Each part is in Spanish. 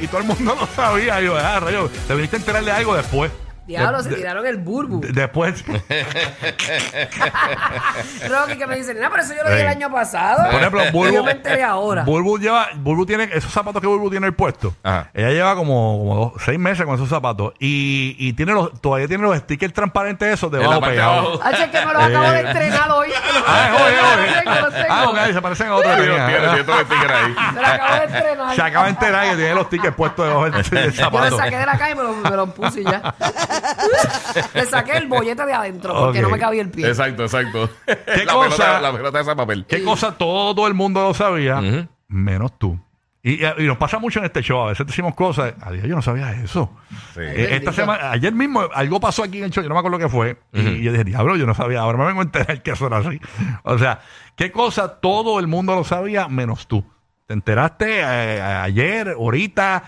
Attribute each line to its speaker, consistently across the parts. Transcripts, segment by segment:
Speaker 1: Y todo el mundo lo sabía. Y yo, ah, rayo, te viniste a enterar de algo después.
Speaker 2: Diablo,
Speaker 1: De-
Speaker 2: se
Speaker 1: de-
Speaker 2: tiraron el burbu.
Speaker 1: de- después.
Speaker 2: Rocky que me dicen, no, pero eso yo lo vi
Speaker 1: Ey.
Speaker 2: el año pasado.
Speaker 1: Por ejemplo,
Speaker 2: Yo
Speaker 1: Bulbu.
Speaker 2: me enteré ahora.
Speaker 1: Bulbu lleva. Bulbu tiene. Esos zapatos que Bulbu tiene el puesto.
Speaker 3: Ajá.
Speaker 1: Ella lleva como, como dos- seis meses con esos zapatos. Y, y tiene los, todavía tiene los stickers transparentes esos
Speaker 3: En la
Speaker 1: debajo
Speaker 3: parte de
Speaker 1: pegados.
Speaker 3: abajo.
Speaker 2: Ah, che, que me lo acabo de entrenar hoy.
Speaker 1: Ah, es hoy, es hoy.
Speaker 2: Lo tengo, lo tengo.
Speaker 1: Ah, ok, se parecen a otros. que
Speaker 3: Tiene,
Speaker 1: tenía.
Speaker 3: tiene, tiene todo el sticker ahí.
Speaker 2: Me lo acabo de entrenar.
Speaker 1: Se acaba de enterar que tiene los tickets puestos debajo del, del
Speaker 2: Yo lo
Speaker 1: zapato.
Speaker 2: saqué de la calle y me lo, me lo puse y ya. Le saqué el bollete de adentro porque
Speaker 1: Ok.
Speaker 2: no me cabía el pie.
Speaker 3: Exacto, exacto. la,
Speaker 1: cosa?
Speaker 3: Pelota, la pelota de ese papel.
Speaker 1: ¿Qué cosa todo el mundo lo sabía? Menos tú. Y, y nos pasa mucho en este show. A veces decimos cosas. Adiós, yo no sabía eso.
Speaker 3: Sí.
Speaker 1: Eh, esta semana, ayer mismo algo pasó aquí en el show. Yo no me acuerdo qué fue. Y yo dije, diablo, yo no sabía. Ahora me vengo a enterar que eso era así. O sea, ¿qué cosa todo el mundo lo sabía menos tú? ¿Te enteraste eh, ayer, ahorita?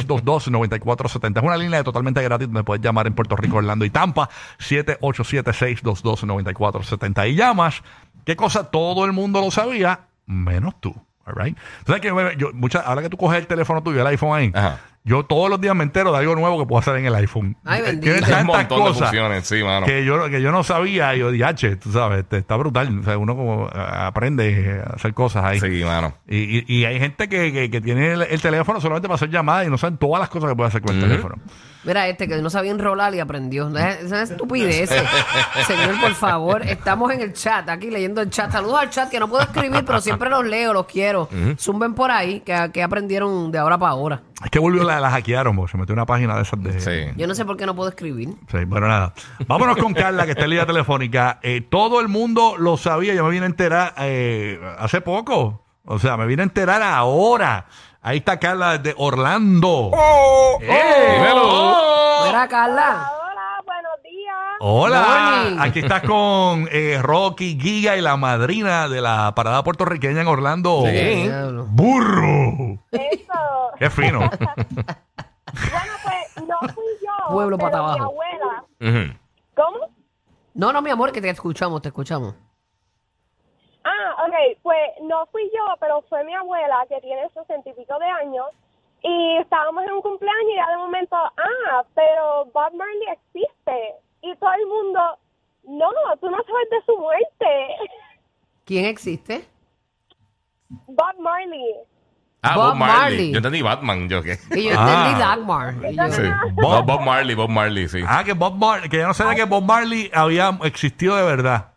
Speaker 1: 787-622-9470. Es una línea de totalmente gratis donde puedes llamar en Puerto Rico, Orlando y Tampa. 787-622-9470. Y llamas, ¿qué cosa todo el mundo lo sabía menos tú? All right. Entonces, que yo- yo, mucha- ahora que tú coges el teléfono tuyo, el iPhone ahí,
Speaker 3: Ajá.
Speaker 1: yo todos los días me entero de algo nuevo que puedo hacer en el iPhone.
Speaker 2: Ay, bendito.
Speaker 1: Tiene
Speaker 2: Hay
Speaker 3: Hay un
Speaker 1: tantas
Speaker 3: montón de
Speaker 1: cosas
Speaker 3: funciones, sí, mano.
Speaker 1: que yo, que yo no sabía. Y yo dije, "Ache, tú sabes, este, está brutal. O sea, uno como ah, aprende a hacer cosas ahí.
Speaker 3: Sí, mano.
Speaker 1: Y, y- y hay gente que, que- que tiene el, el teléfono solamente para hacer llamadas y no saben todas las cosas que puede hacer con el teléfono.
Speaker 2: Mira este que no sabía enrolar y aprendió. Esa es una estupidez. Señor, por favor, estamos en el chat, aquí leyendo el chat. Saludos al chat que no puedo escribir, pero siempre los leo, los quiero. Zumben por ahí, que, que aprendieron de ahora para ahora.
Speaker 1: Es que volvió la, la hackearon, bo, se metió una página de esas de.
Speaker 3: Sí.
Speaker 2: Yo no sé por qué no puedo escribir.
Speaker 1: Sí, bueno, nada. Vámonos con Carla, que está en línea telefónica. Eh, todo el mundo lo sabía. Yo me vine a enterar eh, hace poco. O sea, me vine a enterar ahora. Ahí está Carla de Orlando. Oh.
Speaker 3: Dímelo.
Speaker 2: Mira, Carla.
Speaker 4: Hola, buenos días.
Speaker 1: Hola.
Speaker 2: Morning.
Speaker 1: Aquí estás con eh, Rocky Giga y la madrina de la parada puertorriqueña en Orlando.
Speaker 3: Sí.
Speaker 2: Diablo.
Speaker 1: Burro.
Speaker 4: Eso.
Speaker 1: Qué fino.
Speaker 4: bueno, pues no fui yo.
Speaker 2: Pueblo
Speaker 4: pero
Speaker 2: pata
Speaker 4: mi
Speaker 2: abajo.
Speaker 4: abuela.
Speaker 3: Ujú.
Speaker 4: ¿Cómo?
Speaker 2: No, no, mi amor, que te escuchamos, te escuchamos.
Speaker 4: Ah, ok. Pues no fui yo, pero fue mi abuela que tiene sesenta y pico de años. Y estábamos en un cumpleaños y ya de momento, ah, pero Bob Marley existe. Y todo el mundo, no, tú no sabes de su muerte.
Speaker 2: ¿Quién existe?
Speaker 4: Bob Marley.
Speaker 3: Ah,
Speaker 2: Bob
Speaker 3: Bob, Marley.
Speaker 2: Marley.
Speaker 3: Yo entendí Batman, yo qué.
Speaker 2: Y yo
Speaker 1: Ah.
Speaker 2: entendí Dagmar. Y yo-
Speaker 3: Sí.
Speaker 1: Bob-
Speaker 3: No, Bob Marley, Bob Marley, sí.
Speaker 1: Ah, que Bob Marley, que yo no sabía que Bob Marley había existido de verdad.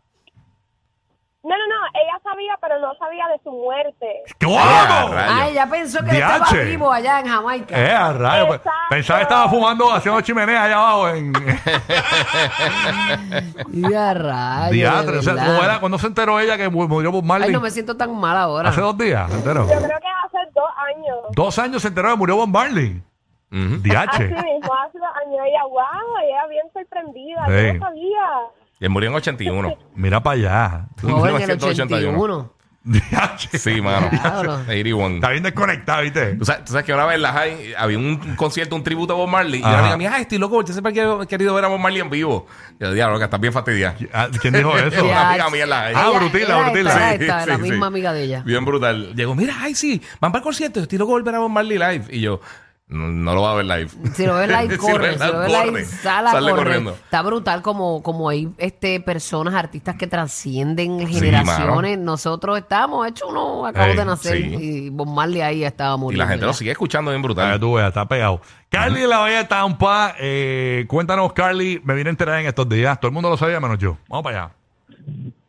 Speaker 4: No, no, no, ella sabía, pero no sabía de su muerte.
Speaker 1: ¡Wow!
Speaker 3: Ah, rayos.
Speaker 2: Ah, ella pensó que él estaba
Speaker 1: Diache.
Speaker 2: vivo allá en Jamaica.
Speaker 1: Eh, a rayos, pues,
Speaker 4: Exacto.
Speaker 1: Pensaba que estaba fumando, haciendo chimenea allá abajo en
Speaker 2: Y a rayos, de
Speaker 1: diatre. O sea,
Speaker 2: verdad.
Speaker 1: ¿cómo era? ¿Cuándo se enteró ella que mu- murió Bob Marley?
Speaker 2: Ay, no me siento tan mal ahora.
Speaker 1: Hace dos días se enteró.
Speaker 4: Yo creo que hace dos años.
Speaker 1: Dos años se enteró que murió Bob Marley.
Speaker 3: Ujú.
Speaker 4: Así
Speaker 2: Ah,
Speaker 1: Diache.
Speaker 4: mismo, hace dos años. Ella, wow, ella bien sorprendida. Yo
Speaker 1: Sí.
Speaker 4: no sabía.
Speaker 3: Él murió en 81.
Speaker 1: Mira para allá.
Speaker 2: Joven del 81.
Speaker 3: 1981.
Speaker 1: Diache.
Speaker 3: Sí, mano.
Speaker 2: Diablo.
Speaker 3: 81.
Speaker 1: Está bien desconectado, ¿viste?
Speaker 3: ¿Tú sabes, tú sabes que una vez en la high había un concierto, un tributo a Bob Marley. Y yo
Speaker 1: Ajá.
Speaker 3: una amiga mía, ay, estoy loco, yo siempre he querido- he querido ver a Bob Marley en vivo. Y yo, diablo, que estás bien fastidiada.
Speaker 1: Ah, ¿Quién dijo eso?
Speaker 3: Una amiga mía en la high.
Speaker 1: Ah,
Speaker 2: Ella-
Speaker 1: Brutila,
Speaker 2: era
Speaker 1: Brutila.
Speaker 2: esta, era
Speaker 3: Sí,
Speaker 2: esta,
Speaker 3: sí,
Speaker 2: la
Speaker 3: sí.
Speaker 2: misma amiga de ella.
Speaker 3: Bien brutal. Llegó, mira, ay, sí, van para el concierto, estoy loco de volver a Bob Marley live. Y yo, no, no lo va a ver live.
Speaker 2: Si lo ves live, corre. si lo ves live,
Speaker 3: corre.
Speaker 2: sala,
Speaker 3: Sale
Speaker 2: corre.
Speaker 3: corriendo.
Speaker 2: Está brutal como, como hay este, personas, artistas que trascienden
Speaker 3: Sí,
Speaker 2: generaciones. Nosotros estamos hechos uno, acabo
Speaker 1: Ey,
Speaker 2: de nacer
Speaker 3: sí.
Speaker 2: y Bob Marley ahí estaba
Speaker 3: Y
Speaker 2: muriendo.
Speaker 3: la gente
Speaker 2: ya.
Speaker 3: lo sigue escuchando bien brutal.
Speaker 1: Ah, tú veas, está pegado. Carly de la Bella de Tampa, eh, cuéntanos, Carly, me vine a enterar en estos días. Todo el mundo lo sabía, menos yo. Vamos para allá.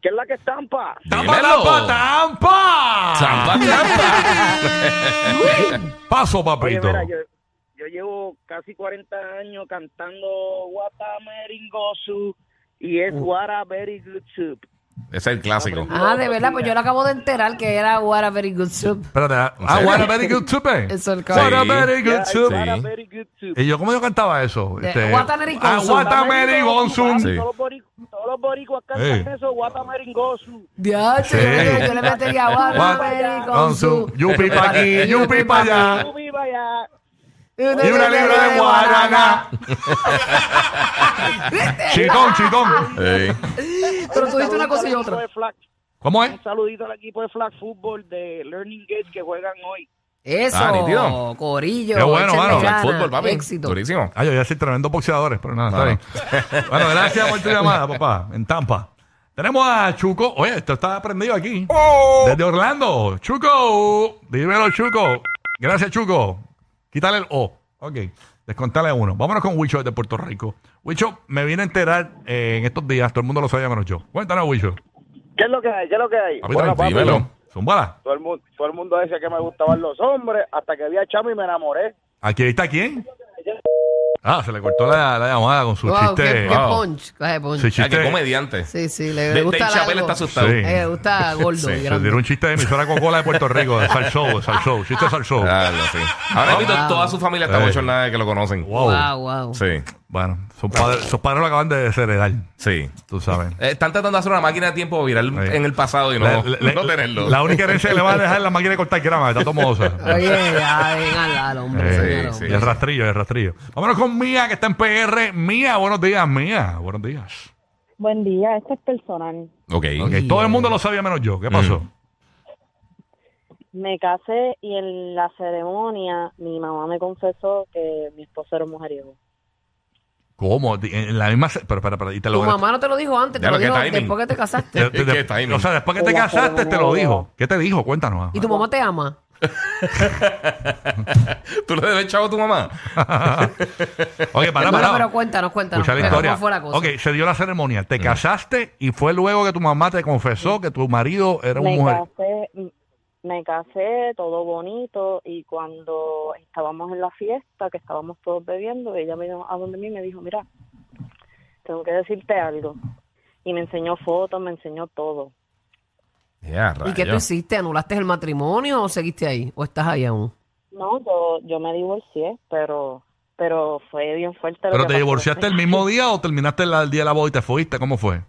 Speaker 5: ¿Qué es la que estampa?
Speaker 1: ¡Tampa,
Speaker 3: Dímelo.
Speaker 1: Tampa, Tampa!
Speaker 3: Trampa, trampa.
Speaker 1: Paso,
Speaker 5: Oye,
Speaker 1: papito.
Speaker 5: mira, yo, yo llevo casi 40 años cantando Guatameringosu y es What a Very Good Soup.
Speaker 3: Ese es el clásico.
Speaker 2: Ah, de verdad, pues yo lo acabo de enterar que era What a Very Good Soup.
Speaker 1: Espérate, ah,
Speaker 3: ¿En serio?
Speaker 1: what a very good soup. eh.
Speaker 2: Eso es el
Speaker 1: What a
Speaker 3: Sí.
Speaker 1: very good
Speaker 5: Yeah,
Speaker 1: soup.
Speaker 5: it's not a
Speaker 3: Sí.
Speaker 5: very good soup.
Speaker 1: Y yo, ¿cómo yo cantaba eso?
Speaker 2: De- Guataneri
Speaker 1: ah,
Speaker 2: Gonzo.
Speaker 1: Guataneri Gonzo.
Speaker 3: Sí.
Speaker 5: Todos los boricuas, todos los boricuas
Speaker 1: Sí.
Speaker 5: cantan eso, guatamaringosu.
Speaker 2: Diacho,
Speaker 1: Sí.
Speaker 2: yo, yo le metería What a Very Good
Speaker 1: Gonzo.
Speaker 2: Soup.
Speaker 1: Yupi pa' aquí, yupi pa' allá.
Speaker 5: Tú viva allá.
Speaker 1: Y una libra de guaraná. Chitón, chitón.
Speaker 3: Sí.
Speaker 2: Pero tú dijiste una cosa y
Speaker 5: Saludito al equipo
Speaker 2: otra.
Speaker 5: de Flag-
Speaker 1: ¿Cómo es?
Speaker 5: Un saludito al equipo de Flag Football de Learning Gates que juegan hoy.
Speaker 2: Eso,
Speaker 3: Ah, nítido.
Speaker 2: corillo.
Speaker 1: Qué bueno,
Speaker 2: échenle
Speaker 1: mano.
Speaker 2: ganas,
Speaker 3: Fútbol, papi.
Speaker 2: Éxito.
Speaker 3: Durísimo.
Speaker 1: Ay, Ah, yo ya soy tremendo boxeadores, pero nada,
Speaker 3: Claro.
Speaker 1: está bien. bueno, gracias por tu llamada, papá, en Tampa. Tenemos a Chuco. Oye, esto está aprendido aquí. Desde Orlando. Chuco. Dímelo, Chuco. Gracias, Chuco. Quítale el O. Ok. Descontale uno. Vámonos con Wicho de Puerto Rico. Wicho, me vine a enterar eh, en estos días. Todo el mundo lo sabía menos yo. Cuéntanos, Wicho.
Speaker 5: ¿Qué es lo que hay? ¿Qué es lo que hay?
Speaker 1: Papi,
Speaker 3: Bueno,
Speaker 1: tranquilo.
Speaker 3: dímelo.
Speaker 1: Zúmbala.
Speaker 5: Todo el, mundo, todo el mundo decía que me gustaban los hombres hasta que vi a Chamo y me enamoré.
Speaker 1: ¿Aquí está quién? Ah, se le cortó la, la llamada con su
Speaker 2: Wow, qué,
Speaker 1: chiste.
Speaker 2: qué
Speaker 3: wow.
Speaker 2: punch. Coge punch.
Speaker 1: Su
Speaker 3: Ah,
Speaker 1: chiste.
Speaker 3: que comediante.
Speaker 2: Sí, sí, le, le
Speaker 3: De- Dave
Speaker 2: gusta
Speaker 3: Chappelle
Speaker 2: largo.
Speaker 3: está asustado.
Speaker 1: Sí.
Speaker 2: Eh, le gusta gordo.
Speaker 3: Sí,
Speaker 2: y
Speaker 1: Se
Speaker 2: grande.
Speaker 1: tiró un chiste de emisora Coca-Cola de Puerto Rico, de Sal Show, de Sal Show, chiste de Sal Show.
Speaker 3: Claro, sí. Ahora mismo
Speaker 2: Oh, Wow.
Speaker 3: toda su familia está
Speaker 1: Sí.
Speaker 3: bochornada de que lo conocen.
Speaker 1: Wow.
Speaker 2: Wow, wow.
Speaker 3: Sí,
Speaker 1: Bueno, sus padres, sus padres lo acaban de desheredar,
Speaker 3: sí.
Speaker 1: tú sabes.
Speaker 3: Eh, Están tratando de hacer una máquina de tiempo viral
Speaker 1: Sí.
Speaker 3: en el pasado y no,
Speaker 1: Le- le-
Speaker 3: no tenerlo.
Speaker 1: La única herencia que le van a dejar es la máquina de cortar grama, está tomosa.
Speaker 2: Oye, ya, ven al- al hombre.
Speaker 1: Eh,
Speaker 2: ven al
Speaker 3: sí,
Speaker 1: y
Speaker 2: hombre.
Speaker 1: el rastrillo, el rastrillo. Vámonos con Mía, que está en PR. Mía, buenos días, Mía, buenos días.
Speaker 6: Buen día, esto es personal.
Speaker 3: Ok.
Speaker 1: Ok, todo el mundo lo sabía menos yo. ¿Qué pasó?
Speaker 3: Mm.
Speaker 6: Me casé y en la ceremonia mi mamá me confesó que mi esposo era un mujeriego.
Speaker 1: ¿Cómo? Di- En la misma. se- Pero, pero, pero, y te lo
Speaker 2: Tu mamá no te lo dijo antes, te
Speaker 3: Ya
Speaker 2: lo
Speaker 3: lo que
Speaker 2: dijo
Speaker 3: timing.
Speaker 2: después que te casaste.
Speaker 1: Te- te-
Speaker 3: Qué
Speaker 1: te-
Speaker 3: timing.
Speaker 1: o sea, después que te
Speaker 6: En la
Speaker 1: casaste, te lo
Speaker 6: ceremonia.
Speaker 1: dijo. ¿Qué te dijo? Cuéntanos.
Speaker 2: ¿Y tu mamá te ama?
Speaker 3: ¿Tú le debes chavo a tu mamá?
Speaker 1: Oye,
Speaker 2: Bueno,
Speaker 1: para, para.
Speaker 2: pero cuéntanos, cuéntanos.
Speaker 1: Escucha la
Speaker 2: Pero
Speaker 1: historia.
Speaker 2: ¿Cómo fue la cosa?
Speaker 1: Ok, se dio la ceremonia. Te casaste y fue luego que tu mamá te confesó que tu marido era un
Speaker 6: Me
Speaker 1: mujer.
Speaker 6: casé, mm, me casé, todo bonito y cuando estábamos en la fiesta, que estábamos todos bebiendo, ella vino a donde mí y me dijo, mira, tengo que decirte algo. Y me enseñó fotos, me enseñó todo.
Speaker 3: Ya,
Speaker 2: ¿Y qué tú
Speaker 3: rayos.
Speaker 2: hiciste? ¿Anulaste el matrimonio o seguiste ahí? ¿O estás ahí aún?
Speaker 6: No, yo, yo me divorcié, pero pero fue bien fuerte. lo
Speaker 1: ¿Pero
Speaker 6: que
Speaker 1: te
Speaker 6: pasó.
Speaker 1: divorciaste el mismo día o terminaste la- el día de la boda y te fuiste? ¿Cómo fue?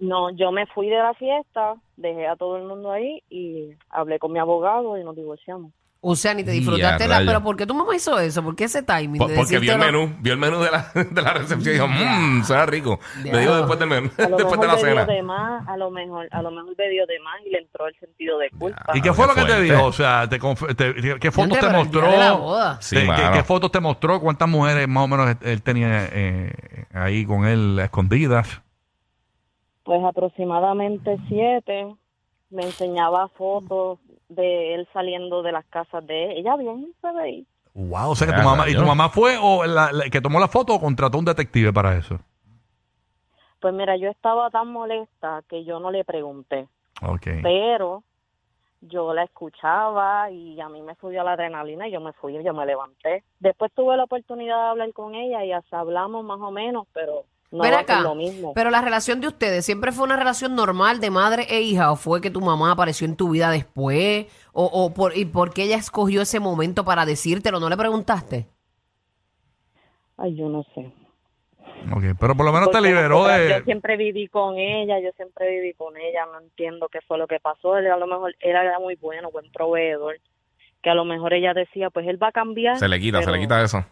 Speaker 6: No, yo me fui de la fiesta, dejé a todo el mundo ahí y hablé con mi abogado y nos divorciamos.
Speaker 2: O sea, ni te
Speaker 3: Y a
Speaker 2: disfrutaste la...
Speaker 3: rayos.
Speaker 2: ¿Pero por qué tu mamá hizo eso? ¿Por qué ese timing?
Speaker 3: Po-
Speaker 2: de
Speaker 3: porque vio el
Speaker 2: decírtelo?
Speaker 3: menú, vio el menú de la, de la recepción y dijo, mmm, suena rico.
Speaker 2: Ya.
Speaker 3: Le digo después del menú,
Speaker 6: A lo
Speaker 3: después de
Speaker 6: mejor
Speaker 3: la
Speaker 6: bebió
Speaker 3: cena.
Speaker 6: de más, a lo mejor, a lo mejor bebió de más y le entró el sentido de culpa.
Speaker 1: ¿Y qué fue
Speaker 3: qué
Speaker 1: lo que te
Speaker 3: fuerte.
Speaker 1: dijo? O sea, te conf- te- ¿qué fotos
Speaker 2: Gente, pero
Speaker 1: te
Speaker 2: el día
Speaker 1: mostró?
Speaker 2: de la boda.
Speaker 3: Sí,
Speaker 1: Te- ¿qué-
Speaker 3: mano.
Speaker 1: ¿qué, fotos te mostró? ¿Cuántas mujeres más o menos él tenía eh, ahí con él escondidas?
Speaker 6: Pues aproximadamente siete, me enseñaba fotos de él saliendo de las casas de él. Ella bien se veía.
Speaker 1: Wow, o sea que
Speaker 3: Ya,
Speaker 1: tu mamá, ¿y tu
Speaker 3: rayos.
Speaker 1: mamá fue o la- la- que tomó la foto o contrató un detective para eso?
Speaker 6: Pues mira, yo estaba tan molesta que yo no le pregunté.
Speaker 1: Ok.
Speaker 6: pero yo la escuchaba y a mí me subió la adrenalina y yo me fui, yo me levanté. Después tuve la oportunidad de hablar con ella y hasta hablamos más o menos, pero no
Speaker 2: Ven
Speaker 6: va a
Speaker 2: acá,
Speaker 6: ser lo mismo.
Speaker 2: pero la relación de ustedes, ¿siempre fue una relación normal de madre e hija o fue que tu mamá apareció en tu vida después? ¿O, o por, y por qué ella escogió ese momento para decírtelo? ¿No le preguntaste?
Speaker 6: Ay, yo no sé.
Speaker 1: Ok, pero por lo menos te
Speaker 6: Porque
Speaker 1: liberó
Speaker 6: nosotras- Yo
Speaker 1: de...
Speaker 6: siempre viví con ella, yo siempre viví con ella, no entiendo qué fue lo que pasó. Él a lo mejor él era muy bueno, buen proveedor, que a lo mejor ella decía, pues él va a cambiar.
Speaker 3: Se le quita, se
Speaker 6: pero-
Speaker 3: le quita eso.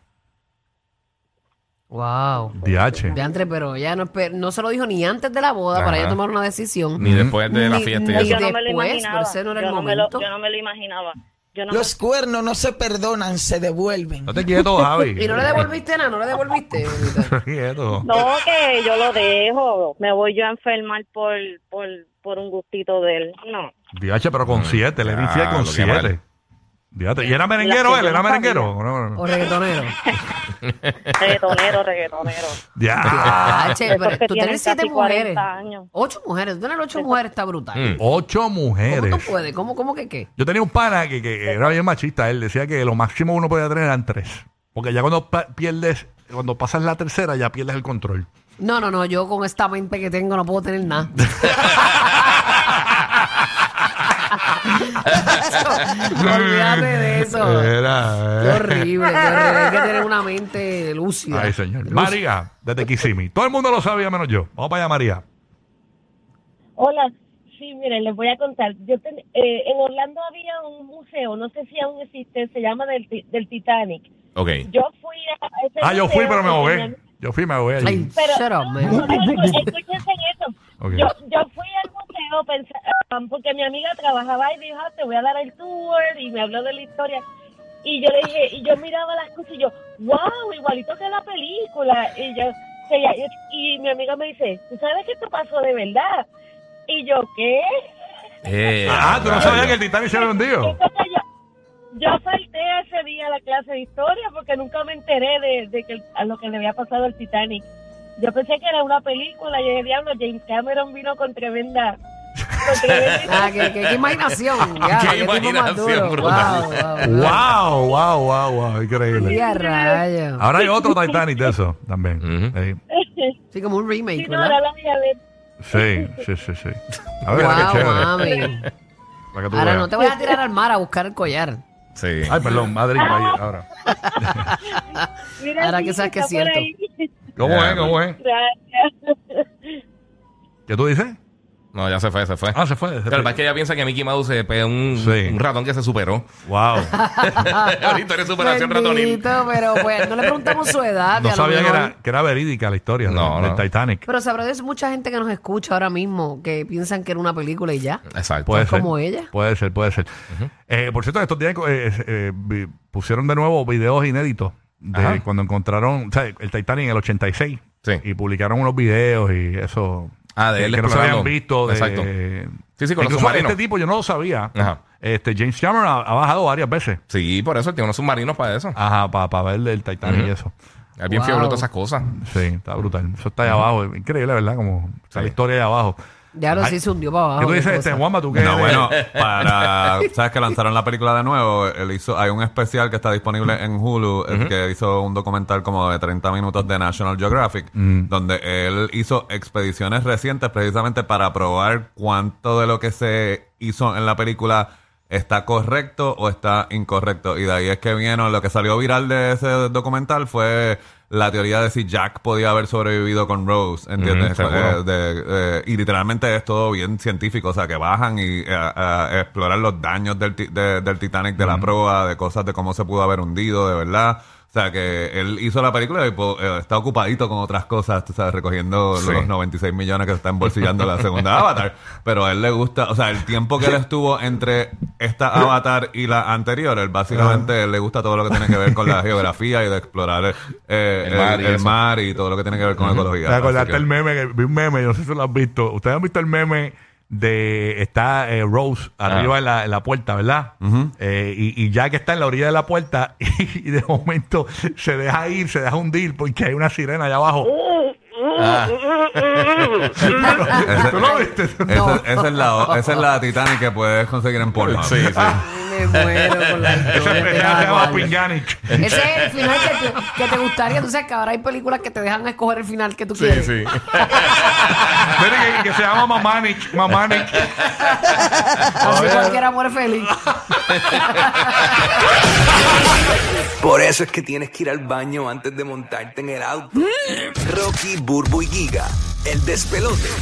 Speaker 2: Wow.
Speaker 1: DH.
Speaker 2: De antes, pero ella no, esper- no se lo dijo ni antes de la boda para
Speaker 3: Ajá.
Speaker 2: ella tomar una decisión.
Speaker 1: Mm.
Speaker 3: Ni después de la
Speaker 2: Ni-
Speaker 3: fiesta y
Speaker 2: ni
Speaker 3: eso.
Speaker 6: Yo no me lo
Speaker 2: después,
Speaker 6: imaginaba.
Speaker 2: pero ese no era el
Speaker 6: yo, no me lo,
Speaker 2: momento.
Speaker 6: yo no me lo imaginaba. Yo no me
Speaker 7: Los cuernos no se perdonan, se devuelven.
Speaker 1: No te quieto, Javi.
Speaker 2: ¿Y no le devolviste nada? ¿No le devolviste? bonita?
Speaker 1: No te quieto.
Speaker 6: No, que yo lo dejo. Me voy yo a enfermar por, por, por un gustito de él. No.
Speaker 1: DH, pero con
Speaker 3: Mm,
Speaker 1: siete, le di infiel
Speaker 3: ah,
Speaker 1: con
Speaker 3: lo que
Speaker 1: siete.
Speaker 3: mal.
Speaker 1: Fíjate, ¿Y era merenguero
Speaker 6: que
Speaker 1: él?
Speaker 6: yo
Speaker 1: ¿Era
Speaker 6: no sabía.
Speaker 1: merenguero? No, no, no.
Speaker 2: ¿O reggaetonero?
Speaker 6: Reggaetonero, reggaetonero.
Speaker 1: Ya.
Speaker 2: Ah, che, pero
Speaker 6: Esos que
Speaker 2: tú
Speaker 6: tienen
Speaker 2: tienes siete
Speaker 6: casi
Speaker 2: mujeres.
Speaker 6: 40 años.
Speaker 2: Ocho mujeres. Tú tienes ocho mujeres, está brutal.
Speaker 3: Mm.
Speaker 1: Ocho
Speaker 2: ¿Cómo tú
Speaker 1: mujeres.
Speaker 2: puedes? ¿Cómo, cómo que qué?
Speaker 1: Yo tenía un pana que, que era bien machista. Él decía que lo máximo uno podía tener eran tres. Porque ya cuando pa- pierdes cuando pasas la tercera ya pierdes el control.
Speaker 2: No, no, no, yo con esta mente que tengo no puedo tener nada. Eso, Olvídate de eso. Qué
Speaker 1: Era, eh.
Speaker 2: horrible, qué horrible. Hay que tener una mente lúcida.
Speaker 1: Ay, señor. María, desde Kisimi. Todo el mundo lo sabía menos yo. Vamos para allá, María.
Speaker 6: Hola, sí, miren, les voy a contar. Yo ten- eh, en Orlando había un museo, no sé si aún existe, se llama del, Ti- del Titanic.
Speaker 3: Ok.
Speaker 6: Yo fui a ese
Speaker 1: Ah, yo fui,
Speaker 6: museo
Speaker 1: pero me
Speaker 6: y
Speaker 1: ahogué.
Speaker 6: tenía-
Speaker 1: Yo fui, me ahogué
Speaker 2: Ay,
Speaker 1: allí.
Speaker 6: Pero,
Speaker 2: shut up,
Speaker 6: no,
Speaker 2: man.
Speaker 6: no, no, escúchense eso.
Speaker 1: Ok.
Speaker 6: Yo, yo fui al museo pensa- ah, porque mi amiga trabajaba y dijo, "Ah, te voy a dar el tour y me habló de la historia. Y yo le dije, y yo miraba las cosas y yo, wow, igualito que la película. Y yo, se- y mi amiga me dice, ¿tú sabes que esto pasó de verdad? Y yo, ¿qué?
Speaker 3: Eh,
Speaker 1: Ah, tú no
Speaker 3: rayos.
Speaker 1: sabías que el Titanic se había hundido.
Speaker 6: Entonces yo, yo salté ese día a la clase de historia porque nunca me enteré de, de que, a lo que le había pasado al Titanic. Yo pensé que era una película y dije, diablo, James Cameron vino con tremenda... Con tremenda
Speaker 2: Ah, qué, qué- qué imaginación. Ya,
Speaker 3: Qué
Speaker 2: qué tipo más
Speaker 3: imaginación
Speaker 2: duro.
Speaker 3: brutal.
Speaker 2: Wow, wow, wow.
Speaker 1: Wow, wow, wow, wow.
Speaker 2: Y
Speaker 1: Increíble.
Speaker 2: a rayos.
Speaker 1: Ahora hay otro Titanic de eso también.
Speaker 3: Ujú.
Speaker 1: Eh,
Speaker 2: Sí, como un remake,
Speaker 6: Sí, no, ahora
Speaker 2: ¿verdad?
Speaker 6: la voy a ver.
Speaker 1: Sí, sí, sí, sí. A ver, qué
Speaker 2: Wow,
Speaker 1: chévere.
Speaker 2: mami.
Speaker 1: Para que tú
Speaker 2: Ahora
Speaker 1: veas.
Speaker 2: no te vas a tirar al mar a buscar el collar.
Speaker 3: Sí.
Speaker 1: Ay, perdón, Madrid, ahí, ahora.
Speaker 6: Mira,
Speaker 2: Ahora
Speaker 6: sí,
Speaker 2: que sabes que es
Speaker 6: está por
Speaker 2: cierto.
Speaker 6: ahí.
Speaker 1: ¿Cómo es? ¿Cómo es?
Speaker 6: Gracias.
Speaker 1: ¿Qué tú dices?
Speaker 3: No, ya se fue, se fue.
Speaker 1: Ah, se fue. se
Speaker 3: Claro,
Speaker 1: fue.
Speaker 3: lo que pasa es que ella piensa que Mickey Mouse se pegó un,
Speaker 1: Sí.
Speaker 3: un ratón que se superó.
Speaker 1: Wow.
Speaker 3: Ahorita eres superación ratonil.
Speaker 2: Bendito, pero pues no le preguntamos su edad. y
Speaker 1: No
Speaker 2: a lo
Speaker 1: sabía que
Speaker 2: mejor-
Speaker 1: era, que era verídica la historia
Speaker 3: No,
Speaker 1: del, del
Speaker 3: no.
Speaker 1: Titanic.
Speaker 2: Pero sabrá Dios, mucha gente que nos escucha ahora mismo que piensan que era una película y ya.
Speaker 3: Exacto.
Speaker 1: Puede ser.
Speaker 2: como ella.
Speaker 1: Puede ser, puede ser. Eh, por cierto, estos días eh, eh, vi- pusieron de nuevo videos inéditos de
Speaker 3: Ajá.
Speaker 1: cuando encontraron o sea, el Titanic en el 86
Speaker 3: Sí.
Speaker 1: y publicaron unos videos y eso.
Speaker 3: Ah, de él
Speaker 1: que no se
Speaker 3: explorando.
Speaker 1: habían visto. de-
Speaker 3: Exacto. Sí, sí, con los
Speaker 1: Incluso
Speaker 3: submarinos.
Speaker 1: Este tipo yo no lo sabía.
Speaker 3: Ajá.
Speaker 1: Este James Cameron ha, ha bajado varias veces.
Speaker 3: Sí, por eso él tiene unos submarinos para eso.
Speaker 1: Ajá, para ver el Titanic y eso.
Speaker 3: Es bien
Speaker 2: Wow.
Speaker 3: fiebre todas esas cosas.
Speaker 1: Sí, está brutal. Eso está ahí abajo. Increíble, ¿verdad? Como está la historia ahí abajo.
Speaker 2: Ya lo
Speaker 1: Ay.
Speaker 2: sí se hundió para abajo.
Speaker 1: ¿Qué tú
Speaker 2: qué
Speaker 1: dices,
Speaker 2: cosa.
Speaker 1: este, Juanma? ¿Tú qué
Speaker 8: No,
Speaker 1: eres?
Speaker 8: bueno, para. ¿Sabes que lanzaron la película de nuevo? Él hizo, hay un especial que está disponible en Hulu, el que hizo un documental como de 30 minutos de National Geographic,
Speaker 3: Mm.
Speaker 8: donde él hizo expediciones recientes precisamente para probar cuánto de lo que se hizo en la película está correcto o está incorrecto. Y de ahí es que vieron, lo que salió viral de ese documental fue la teoría de si Jack podía haber sobrevivido con Rose, ¿entiendes?
Speaker 3: Ujú, seguro.
Speaker 8: Eh, de- eh, y literalmente es todo bien científico, o sea, que bajan y eh, eh, exploran los daños del, ti- de- del Titanic, de la proa, de cosas de cómo se pudo haber hundido, de verdad. O sea, que él hizo la película y po- eh, está ocupadito con otras cosas, tú sabes, recogiendo
Speaker 3: Sí.
Speaker 8: los 96 millones que se están bolsillando la segunda Avatar. Pero a él le gusta, o sea, el tiempo que él estuvo entre esta Avatar y la anterior, él básicamente le gusta todo lo que tiene que ver con la geografía y de explorar eh, eh,
Speaker 3: El
Speaker 8: el,
Speaker 3: mar
Speaker 8: mar
Speaker 3: y
Speaker 8: y
Speaker 3: eso.
Speaker 8: todo lo que tiene que ver con
Speaker 1: ¿Te
Speaker 8: ecología.
Speaker 1: acordaste
Speaker 8: Así que-
Speaker 1: el meme? que- vi un meme, yo no sé si lo has visto. Ustedes han visto el meme de está eh, Rose
Speaker 8: Ah.
Speaker 1: arriba en, la, en la puerta, ¿verdad? Eh, y, y Jack está en la orilla de la puerta y, de momento se deja ir, se deja hundir porque hay una sirena allá abajo.
Speaker 8: Ah. Ese-
Speaker 1: ¿Tú lo viste?
Speaker 8: Esa, esa es la, esa es la Titanic que puedes conseguir en Pornhub.
Speaker 3: Sí, sí.
Speaker 2: Ay, me muero con la
Speaker 1: Esa
Speaker 2: historia.
Speaker 1: pendeja se llama
Speaker 2: Eduardo.
Speaker 1: Pinganic.
Speaker 2: Ese es el final que te, que te gustaría. Tú sabes que ahora hay películas que te dejan escoger el final que tú
Speaker 3: Sí,
Speaker 2: quieres.
Speaker 3: sí.
Speaker 1: Mira que, que se llama Mamanic. Mamanic.
Speaker 2: Así cualquiera muere feliz.
Speaker 9: Por eso es que tienes que ir al baño
Speaker 8: Mm.
Speaker 9: antes de montarte en el auto. Rocky, Burbu y Giga, el despelote.